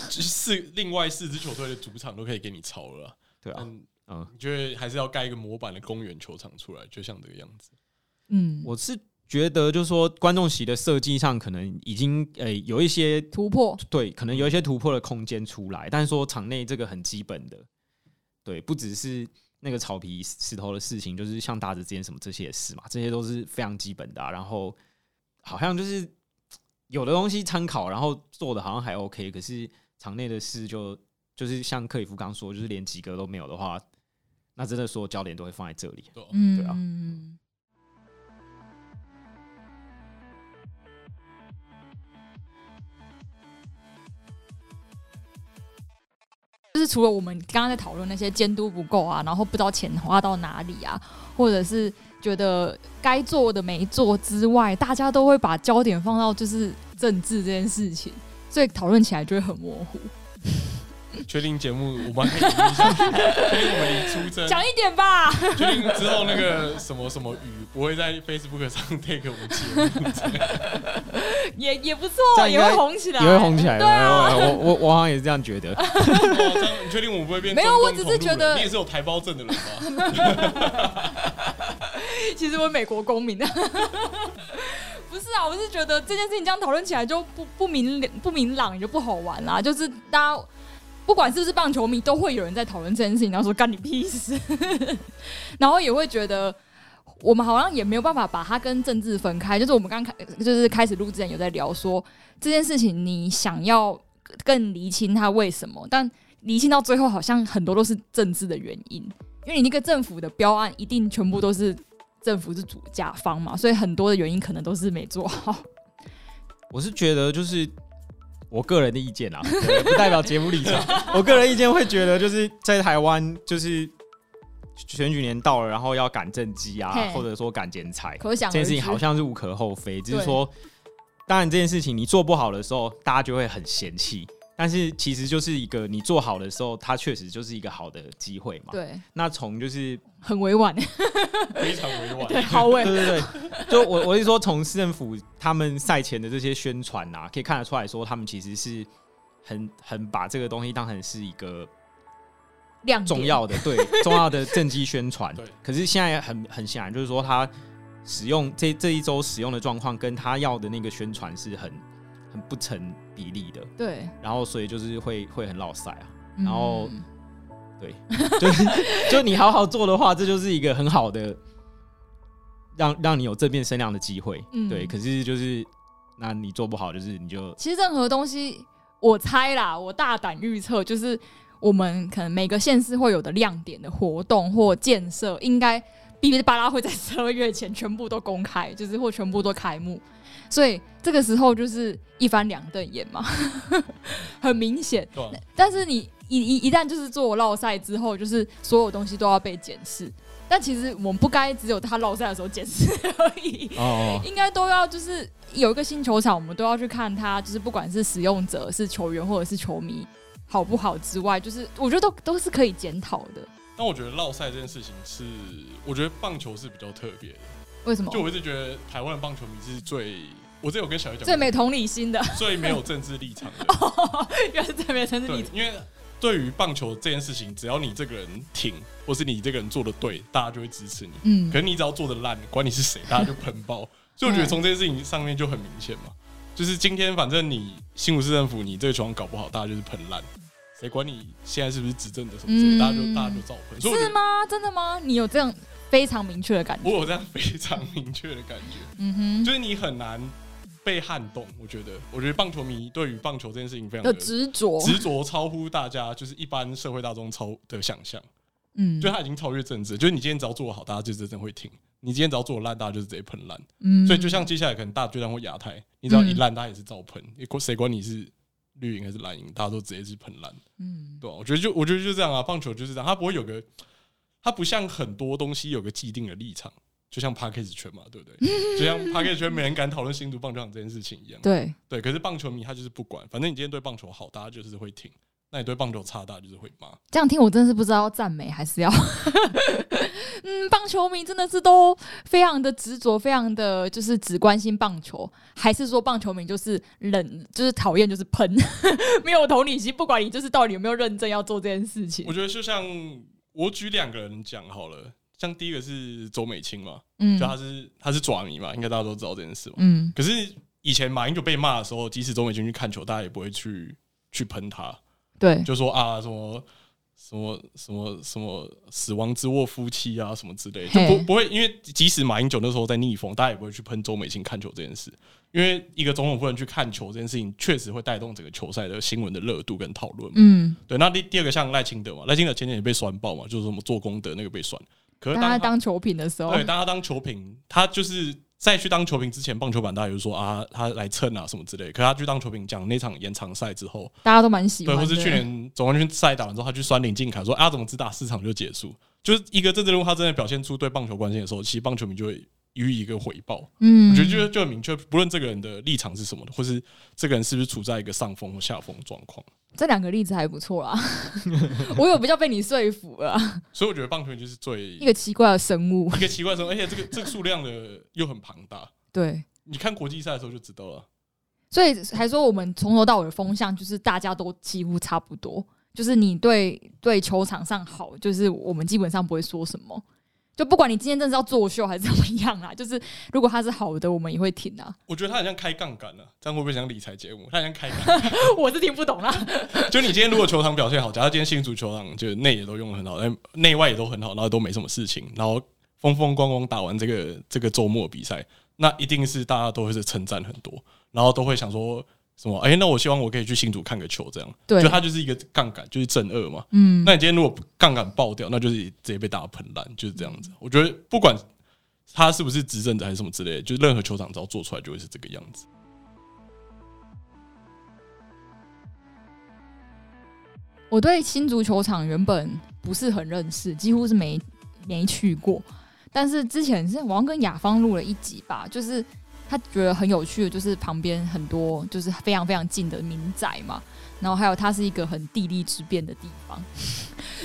就是四另外四支球队的主场都可以给你超了啊。
对啊，
嗯，
嗯，
你觉得还是要盖一个模板的公园球场出来，就像这个样子。
嗯，
我是觉得就是说观众席的设计上可能已经呃、有一些
突破，
对，可能有一些突破的空间出来，但是说场内这个很基本的，对，不只是那个草皮石头的事情，就是像大直之间什么这些也是嘛，这些都是非常基本的啊、然后好像就是有的东西参考，然后做的好像还 OK，可是场内的事就就是像克里夫刚说，就是连及格都没有的话，那真的所有焦点都会放在这里。
对啊、
嗯，
对啊
嗯就是除了我们刚刚在讨论那些监督不够啊，然后不知道钱花到哪里啊，或者是觉得该做的没做之外，大家都会把焦点放到就是政治这件事情，所以讨论起来就会很模
嗯
糊。
确定节目我们还可以延续下去， [LAUGHS] 确定我们离出征，
讲一点吧， [LAUGHS]
决定之后那个什么什么雨不会在 Facebook 上 take 我们节目， [LAUGHS]
也也不
这
错，
样应
也
该
会红起来，
也会红起来的，
对啊，
我我我好像也是这样觉得。
哦这样你确定我们不会变？
没有我只是觉得
你也是有台胞证的人
[LAUGHS]
吧？
其实我美国公民的， [LAUGHS] 不是啊，我是觉得这件事情这样讨论起来就不不明不明朗，也就不好玩啦。就是大家不管是不是棒球迷，都会有人在讨论这件事情，然后说干你屁事， [LAUGHS] 然后也会觉得。我们好像也没有办法把它跟政治分开，就是我们刚开，就是开始录之前有在聊说这件事情，你想要更厘清它为什么，但厘清到最后好像很多都是政治的原因，因为你那个政府的标案一定全部都是政府是主甲方嘛，所以很多的原因可能都是没做好。
我是觉得就是我个人的意见啦，啊对不代表节目立场。我个人意见会觉得就是在台湾就是选举年到了，然后要赶政绩啊
嘿，
或者说赶剪
[LAUGHS]
彩，
可想
这
而知，
件事情好像是无可厚非。只是说，当然这件事情你做不好的时候，大家就会很嫌弃。但是其实就是一个你做好的时候，它确实就是一个好的机会嘛。
对，
那从就是
很委婉，
非常委婉。
对， [LAUGHS] 好委
对 [LAUGHS] 对对，就我我是说，从市政府他们赛前的这些宣传啊，可以看得出来说，他们其实是很很把这个东西当成是一个
亮
重要的 [LAUGHS] 对重要的政绩宣传
对。
可是现在很很显然，就是说他使用这这一周使用的状况，跟他要的那个宣传是很很不成比例的。
对，
然后所以就是会会很老塞啊。
嗯
然后就是就你好好做的话，这就是一个很好的让让你有正面声量的机会。
嗯
对，可是就是那你做不好，就是你就
其实任何东西，我猜啦，我大胆预测就是。我们可能每个县市会有的亮点的活动或建设，应该哔哩吧啦会在十二月前全部都公开，就是或全部都开幕，所以这个时候就是一翻两瞪眼嘛， [LAUGHS] 很明显。
对啊
但是你一一一旦就是做绕赛之后，就是所有东西都要被检视。但其实我们不该只有他绕赛的时候检视而已，
哦
应该都要就是有一个新球场，我们都要去看它，就是不管是使用者、是球员或者是球迷好不好之外，就是我觉得都都是可以检讨的。
但我觉得绕赛这件事情是，我觉得棒球是比较特别的。
为什么
就？我一直觉得台湾的棒球迷是最，我之前有跟小鱼讲过，
最没同理心的，哦
最没有政治立场
[LAUGHS]
的。
原来是最没同理
对
心。，
因为对于棒球这件事情，只要你这个人挺，或是你这个人做的对，大家就会支持你。
嗯
可，是你只要做的烂，管你是谁，大家就喷爆。所以我觉得从这件事情上面就很明显嘛，就是今天反正你新竹市政府你这个球场搞不好，大家就是喷烂，谁管你现在是不是执政的什么之
嗯
类，大家就大家就照喷。所以我觉
是
得
吗？真的吗？你有这样非常明确的感
我
觉？
有这样非常明确的感觉，
嗯哼，
就是你很难被撼动。我觉得，我觉得棒球迷对于棒球这件事情非常
的
的
执着，
执着，超乎大家就是一般社会大众超的想象。
嗯
就他已经超越政治，就是你今天只要做得好，大家就真的会听；你今天只要做得烂，大家就直接喷烂。
嗯
所以就像接下来可能大巨蛋或亚太，你只要一
嗯
烂，大家也是照喷，也管谁管你是绿营还是蓝营，大家都直接是喷烂，
嗯
对吧、我觉得就我觉得就这样啊，棒球就是这样，它不会有个，它不像很多东西有个既定的立场，就像 p a c k a g e 圈嘛，对 [LAUGHS] 不对？就像 p a c k a g e 圈没人敢讨论新竹棒球场这件事情一样，
对，
对。可是棒球迷他就是不管，反正你今天对棒球好，大家就是会听；那你对棒球差，大家就是会骂。
这样听我真的是不知道要赞美还是要 [LAUGHS] 嗯，棒球迷真的是都非常的执着，非常的就是只关心棒球，还是说棒球迷就是冷，就是讨厌，就是喷， [LAUGHS] 没有同理心，不管你就是到底有没有认真要做这件事情
我。觉得就像我举两个人讲好了，像第一个是周美青嘛，
嗯
就他是他是爪迷嘛，应该大家都知道这件事嘛。
嗯
可是以前马英九被骂的时候，即使周美青去看球，大家也不会去去喷他，
对，
就说啊什么什么什么什么死亡之握夫妻啊什么之类的，就
嘿
不不会因为即使马英九那时候在逆风，大家也不会去喷周美青看球这件事，因为一个总统夫人去看球这件事情，确实会带动整个球赛的新闻的热度跟讨论嘛。
嗯，
对，那第第二个像赖清德嘛，赖清德前年也被酸爆嘛，就是什么做功德那个被酸，可是
当
当
他
他
当球品的时候，
对，当他当球评，他就是在去当球评之前，棒球版大家就说啊，他来蹭啊什么之类的。可他去当球评讲那场延长赛之后，
大家都蛮喜
对，
欢
或
的。
是去年总冠军赛打完之后，他去酸林敬凯说啊，怎么只打四场就结束？就是一个政治人物，他真的表现出对棒球关心的时候，其实棒球迷就会予以一个回报。
嗯，
我觉得就就很明确，不论这个人的立场是什么的，或是这个人是不是处在一个上风或下风的状况。
这两个例子还不错
[LAUGHS]
啦，我有比较被你说服了，
所以我觉得棒球迷就是最
一个奇怪的生物。
一个奇怪的时候，而且这个这个数量的又很庞大。
对，
你看国际赛的时候就知道了，
所以还说我们从头到尾的风向就是大家都几乎差不多，就是你对对球场上好，就是我们基本上不会说什么。就不管你今天真的是要作秀还是怎么样啊，就是如果他是好的，我们也会挺啊。
我觉得他很像开杠杆了，这样会不会像理财节目？他很像开杠杆。
我是听不懂啊啦。
就你今天如果球场表现好，假如今天新足球场就内也都用的很好，但内外也都很好，然后都没什么事情，然后风风光光打完这个这个周末比赛，那一定是大家都会是称赞很多，然后都会想说什么？哎、那我希望我可以去新竹看个球，这样。
对
就它就是一个杠杆，就是正二嘛。
嗯，
那你今天如果杠杆爆掉，那就是直接被大家喷烂，就是这样子。我觉得不管他是不是执政者还是什么之类的，就任何球场只要做出来就会是这个样子。
我对新足球场原本不是很认识，几乎是没没去过。但是之前是我好像跟雅芳录了一集吧，就是他觉得很有趣的，就是旁边很多就是非常非常近的民宅嘛，然后还有它是一个很地利之变的地方， [LAUGHS]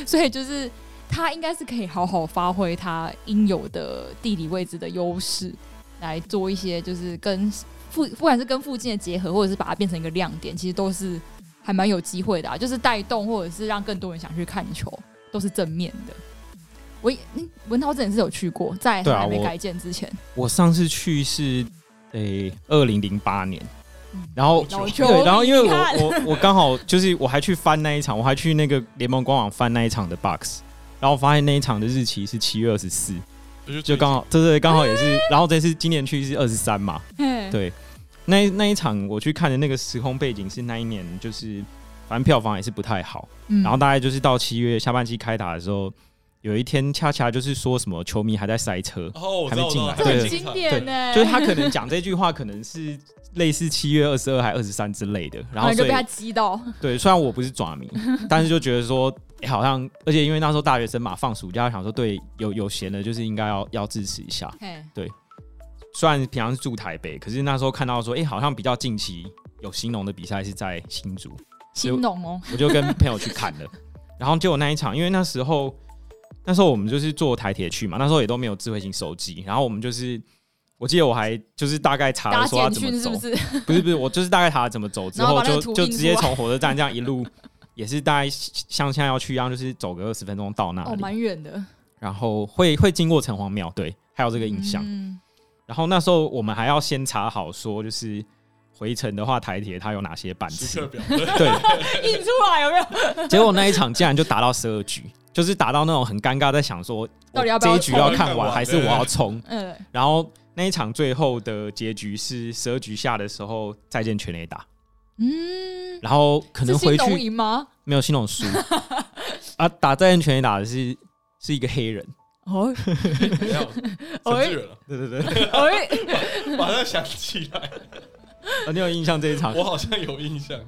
所以就是它应该是可以好好发挥它应有的地理位置的优势，来做一些就是跟附不管是跟附近的结合，或者是把它变成一个亮点，其实都是还蛮有机会的、啊，就是带动或者是让更多人想去看球，都是正面的。我嗯文涛之前是有去过，在
啊对
它
啊
还没
我
改建之前，
我上次去是诶二零零八年
嗯，
然后
老球迷
对，然后因为我
看
我我刚好就是我还去翻那一场，我还去那个联盟官网翻那一场的 box，然后发现那一场的日期是七月二十四，
就
就刚好对对刚好也是，然后这次今年去是二十三嘛，
嘿
对，那一那一场我去看的那个时空背景是那一年就是反正票房也是不太好，
[LAUGHS] 嗯
然后大概就是到七月下半期开打的时候，有一天恰恰就是说什么球迷还在塞车，
哦，我
还
知道，
没
我
进来
这
知道
对
很
对
经典欸呢、
[LAUGHS] 就是他可能讲这句话，可能是类似七月二十二还二十三之类的，然后
哦你就
所以
被他激到，
对，虽然我不是爪
[LAUGHS]
迷，但是就觉得说、诶好像，而且因为那时候大学生嘛，放暑假想说对有有闲的，就是应该要要支持一下。
嘿，
虽然平常是住台北，可是那时候看到说，哎、好像比较近期有兴农的比赛是在新竹，
新农哦，
我就跟朋友去看了，然后结果那一场，因为那时候那时候我们就是坐台铁去嘛，那时候也都没有智慧型手机，然后我们就是我记得我还就是大概查
打
了说要
简
怎么
讯是
走，
不是？
不是不是，我就是大概查了怎么走之
然后
后
把那
就
个图
就
印
直接
出来
从火车站这样一路，也是大概像现在要去一样，就是走个二十分钟到那
哦，
里，
蛮远的，
然后会会经过城隍庙，对，还有这个印象。
嗯
然后那时候我们还要先查好说，就是回程的话，台铁它有哪些班
时刻
次？
表，
对，
印出来有没有？
[LAUGHS] 结果那一场竟然就打到十二局，就是打到那种很尴尬，在想说
到底要不
这
要
一局要
冲
看完还是我要冲？
嗯，
然后那一场最后的结局是十二局下的时候再见全垒打，
嗯，
然后可能
是新
回
农
去
赢吗？
没有新
[LAUGHS]
种输啊，打再见全垒打的是是一个黑人，
[LAUGHS] 哦，
没有，
哎
陈志远了，
对对 [LAUGHS] 对，
哎，
马上想起来，
啊你有印象这一场？
我好像有印象。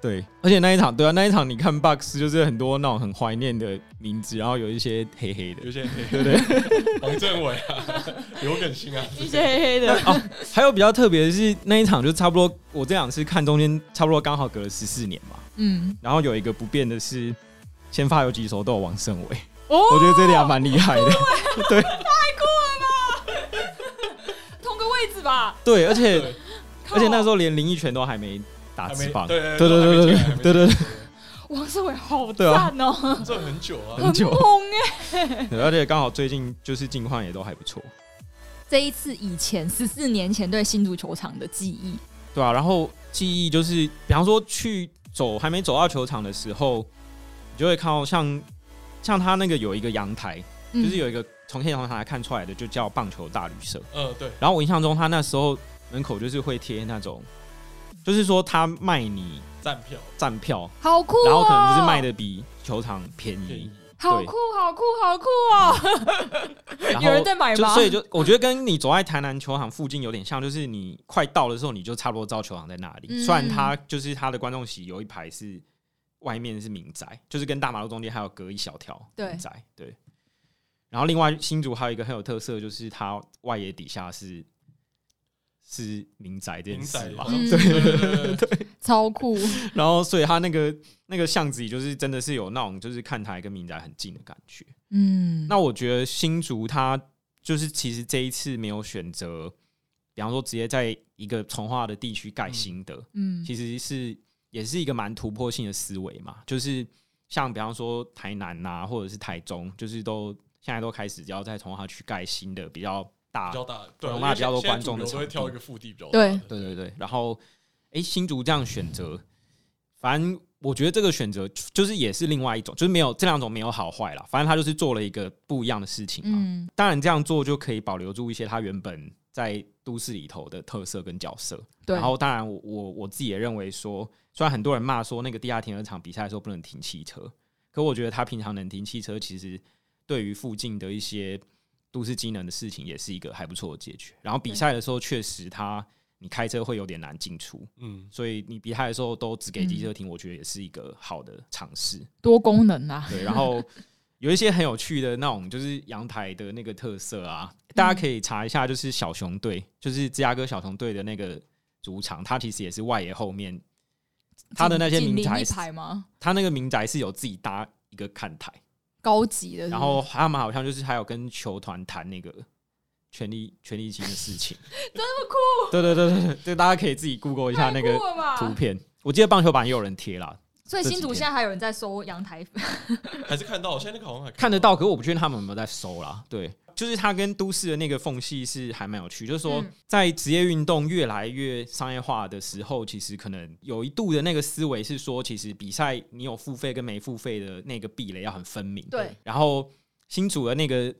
对，而且那一场，对啊，那一场你看 Box 就是很多那种很怀念的名字，然后有一些黑黑的
有，些
对不对？
[LAUGHS] 王政委啊，刘耿兴啊，
一些黑黑的，
[LAUGHS] 哦，还有比较特别的是那一场就差不多，我这两次看中间差不多刚好隔了十四年嘛，
嗯，
然后有一个不变的是，先发有几手都有王胜伟，
哦，
我觉得这里还蛮厉害的。对
哦同个位置吧。
对，而且
对
而且那时候连林奕泉都还没打
还
翅
没
膀，
对
对对
对
对
还没
对对对，
王世伟好
对啊
赞哦，
这很久啊，
很久
猛哎。
对而且刚好最近就是近况也都还不错，
这一次以前十四年前对新足球场的记忆，
对啊，然后记忆就是，比方说去走还没走到球场的时候，你就会看到像像他那个有一个阳台，
嗯
就是有一个从现场台看出来的，就叫棒球大旅社。
呃，对，
然后我印象中，他那时候门口就是会贴那种，就是说他卖你
站票
站票，
好酷哦，
然后可能就是卖的比球场便
便
宜 [LAUGHS]
宜，，
好酷，好酷，好酷哦！
然后
有人在买
就
吗？
所以就我觉得跟你走在台南球场附近有点像，就是你快到的时候，你就差不多知道球场在哪里。
嗯
虽然它就是它的观众席有一排是外面是民宅，就是跟大马路中间还有隔一小条
对
民宅，对。然后另外新竹还有一个很有特色，就是它外野底下是是民宅这件
民
事
宅
嘛，
好像
嗯
对对对对对，
超
[LAUGHS]
酷，
然后所以它那个那个巷子里就是真的是有那种就是看台跟民宅很近的感觉。
嗯，
那我觉得新竹它就是其实这一次没有选择，比方说直接在一个从化的地区盖新的，
嗯
其实是也是一个蛮突破性的思维嘛。就是像比方说台南呐、或者是台中，就是都现在都开始要在从化去盖新的比较大，
比较大，对啊，
容
因
纳
为
比较多
现在
观众的
主流都
场
会
地
挑一个腹地比较大
对
的，
对对对。然后诶，新竹这样选择，反正我觉得这个选择就是也是另外一种，就是没有这两种没有好坏啦，反正他就是做了一个不一样的事情嘛。
嗯
当然这样做就可以保留住一些他原本在都市里头的特色跟角色。
对，
然后当然我我我自己也认为说，虽然很多人骂说那个地下停车场比赛的时候不能停汽车，可我觉得他平常能停汽车，其实对于附近的一些都市机能的事情也是一个还不错的解决。然后比赛的时候确实他你开车会有点难进出，
嗯，
所以你比赛的时候都只给机车停，我觉得也是一个好的尝试。
多功能啊，
对，然后有一些很有趣的那种，就是阳台的那个特色啊，
嗯
大家可以查一下，就是小熊队，就是芝加哥小熊队的那个主场，它其实也是外野后面，它的那
[LAUGHS]
些
紧紧
民
邻
宅
一
是，
排吗？
它那个民宅是有自己搭一个看台，
高级的是不是，
然后他们好像就是还有跟球团谈那个。权力权力金的
[LAUGHS]
事情，
真的酷，
对对对对对，这大家可以自己 Google 一下那
太
个
酷了
图
吧？
片。我记得棒球版也有人贴啦，
所以
这几
新竹
天
现在还有人在收阳台费，
还是看到现在那个好像还
看得到，可是我不确定他们有没有在收啦。对，就是它跟都市的那个缝隙是还蛮有趣，就是说
嗯
在职业运动越来越商业化的时候，其实可能有一度的那个思维是说，其实比赛你有付费跟没付费的那个壁垒要很分明。
对，
然后新组的那个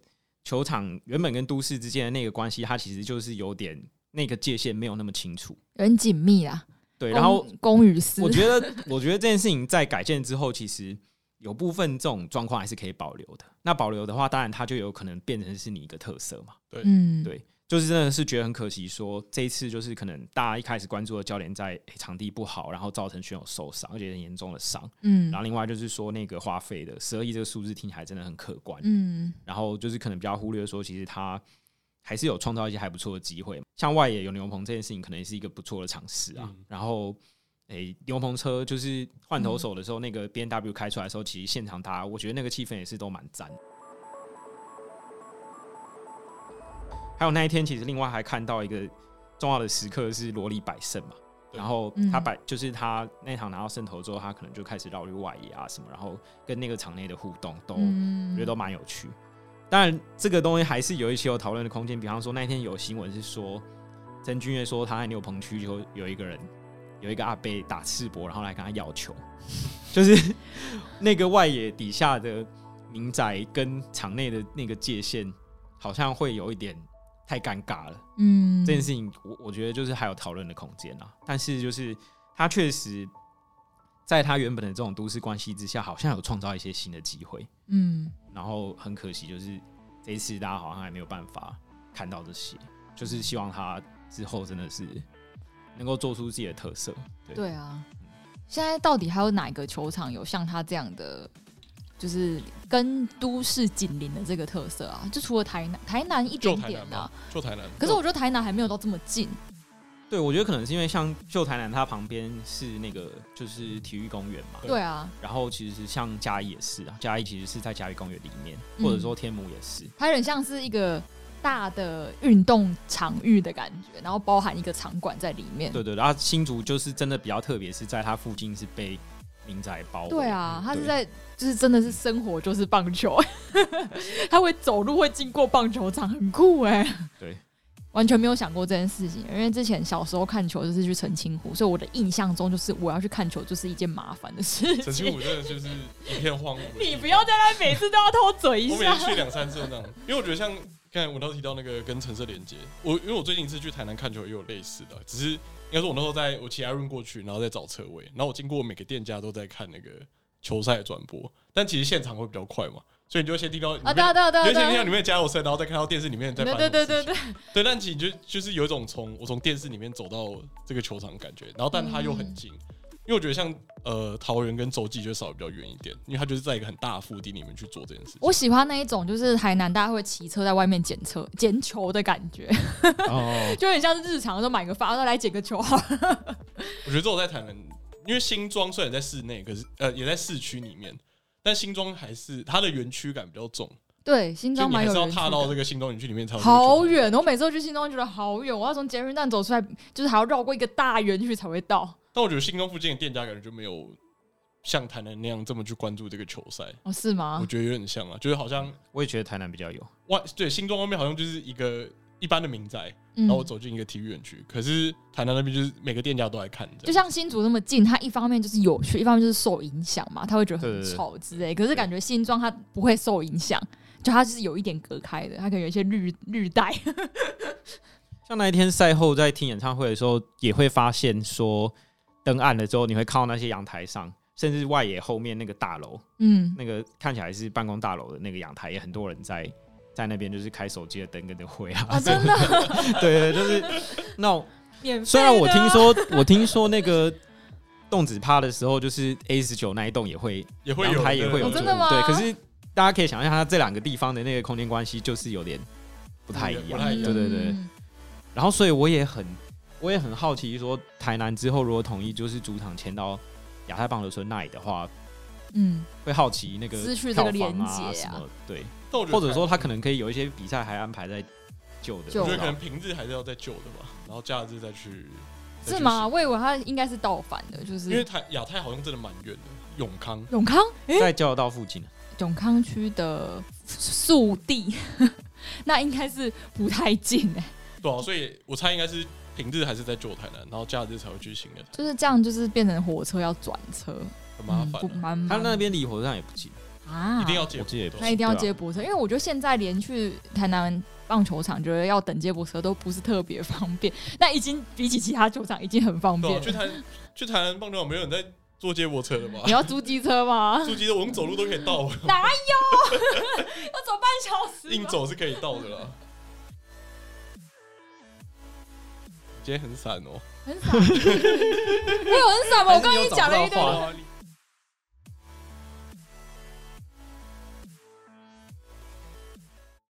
球场原本跟都市之间的那个关系，它其实就是有点那个界限没有那么清楚。
有点紧密啦。
对，然后
公公与私
我，觉得， [LAUGHS] 我觉得这件事情在改建之后，其实有部分这种状况还是可以保留的。那保留的话，当然它就有可能变成是你一个特色嘛。
嗯，
对就是真的是觉得很可惜说这一次就是可能大家一开始关注的焦点在、诶场地不好，然后造成选手受伤，而且很严重的伤。
嗯
然后另外就是说那个花费的十二亿这个数字听起来真的很可观，
嗯，
然后就是可能比较忽略说，其实他还是有创造一些还不错的机会，像外野有牛棚这件事情，可能也是一个不错的尝试啊。
嗯
然后，诶、牛棚车就是换投手的时候，那个 B N W 开出来的时候，其实现场大家我觉得那个气氛也是都蛮赞的。还有那一天，其实另外还看到一个重要的时刻是罗里百胜嘛，
对
然后
嗯
他摆、就是他那场拿到胜投之后，他可能就开始绕去外野啊什么，然后跟那个场内的互动都、我
嗯
觉得都蛮有趣。当然，这个东西还是有一些有讨论的空间。比方说，那天有新闻是说，曾俊岳说他在牛棚区就有一个人有一个阿伯打赤膊，然后来跟他要球， [LAUGHS] 就是那个外野底下的民宅跟场内的那个界限，好像会有一点太尴尬了。
嗯
这件事情我我觉得就是还有讨论的空间啊。但是就是他确实在他原本的这种都市关系之下，好像有创造一些新的机会。
嗯
然后很可惜，就是这一次大家好像还没有办法看到这些，就是希望他之后真的是能够做出自己的特色。
对啊，现在到底还有哪个球场有像他这样的，就是跟都市紧邻的这个特色啊？就除了台南，台南一
就
点
台
点
南
啊
吧。，就台南。
可是我觉得台南还没有到这么近，
对，我觉得可能是因为像旧台南它旁边是那个就是体育公园嘛，
对啊，
然后其实像嘉义也是啊，嘉义其实是在嘉义公园里面，
嗯
或者说天母也是，
它有点像是一个大的运动场域的感觉，然后包含一个场馆在里面。
对对。然后新竹就是真的比较特别，是在它附近是被民宅包围。
对啊，他是
嗯对
在就是真的是生活就是棒球， [LAUGHS] 他会走路会经过棒球场，很酷哎、
对，
完全没有想过这件事情，因为之前小时候看球就是去澄清湖，所以我的印象中就是我要去看球就是一件麻烦的事
陈
情
清。武真的就是一片荒芜。
[LAUGHS] 你不要在那每次都要偷嘴一
我每
下，
次去两三次都这样，因为我觉得像刚才文涛提到那个跟城市连接，我因为我最近一次去台南看球也有类似的，只是应该说我那时候在我骑 i r o 过去，然后再找车位，然后我经过每个店家都在看那个球赛的转播，但其实现场会比较快嘛，所以你就会先听到
啊对啊对啊对啊
你就
对
先听到
啊
里面的加油声，然后再看到电视里面在
对
放。
对对对对，
对，但其实你就就是有一种从我从电视里面走到这个球场的感觉，然后但它又很近，因为我觉得像呃桃园跟洲际就稍微比较远一点，因为它就是在一个很大的腹地里面去做这件事情。
我喜欢那一种就是台南大家会骑车在外面捡车捡球的感觉， [LAUGHS]
哦，
就很像是日常都买个发说来捡个球好了，
我觉得这种在台南，因为新庄虽然在室内，可是呃也在市区里面，但新庄还是它的园区感比较重，
对，新
就
庄
你
蛮
还
有
是要
人
踏
去
到
的
这个新庄园区里面才有这个球
好
场。
远，我每次都去新庄觉得好远，我要从捷运站走出来，就是还要绕过一个大园区才会到。
但我觉得新庄附近的店家感觉就没有像台南那样这么去关注这个球赛，
哦，是吗
我？觉得有点像啊，就是好像
[LAUGHS] 我也觉得台南比较有，
外对新庄外面好像就是一个一般的民宅，
嗯
然后我走进一个体育园区，可是台南那边就是每个店家都来看这
就
样。
像新竹那么近，它一方面就是有趣，一方面就是受影响嘛，他会觉得
对
很
对对
吵之类。可是感觉新庄它不会受影响，就它是有一点隔开的，它可能有一些绿绿带。 [LAUGHS]
像那一天赛后在听演唱会的时候，也会发现说，登岸了之后，你会看到那些阳台上，甚至外野后面那个大楼， [LAUGHS]
嗯，
那个看起来是办公大楼的那个阳台，也很多人在在那边就是开手机的灯跟着挥啊， [LAUGHS]
啊，真的
对对，就是
[LAUGHS]
那种。
免费的。
虽然我听，说，我听说那个动子趴的时候，就是 A 十九那一栋也会
也会
阳
有
台也会有
哦
座
真
位
的吗
对，可是大家可以想象，它这两个地方的那个空间关系就是有点不太一
不
样
太。一样
对对对。
嗯
然后，所以我也很，我也很好奇，说台南之后如果统一就是主场迁到亚太棒球村那里的话，
嗯，
会好奇那个
失去这
票
个
房
连
啊
结
什
啊
么对，
但我觉得
或者说
台
他可能可以有一些比赛还安排在旧的，
旧
我觉
的
得可能平日还是要在旧的吧，然后假日再去。再
是
去
吗？我以为它应该是倒反的，就
试？因为
是
台亚太好像真的蛮远的，永康
永康。
在交流道附近。啊
永康区的速地， [LAUGHS] 那应该是不太近哎、
对啊，所以我猜应该是平日还是在旧台南，然后假日才会去新的，
就是这样，就是变成火车要转车，
很麻
嗯
烦
不
啊、
蛮
他
蛮
那边离火车站也不近，
啊，
一定要接
我记得也
驳
不
那
是
一定要
对啊
接驳车，因为我觉得现在连去台南棒球场，觉得要等接驳车都不是特别方便，那已经比起其他球场已经很方
对啊，
便
去
了。
台去台南棒球场没有人在坐接驳车的吧
你？要租机车吗？
坐机车我用走路都可以
[LAUGHS]
到，
哪有？要走半小
[LAUGHS]
时吗，
硬走是可以到
[LAUGHS]
的啦。今天很散哦、哦
[LAUGHS] 很傻。没有很傻嘛，我刚刚已经讲了一堆哦
还是你有找不到话。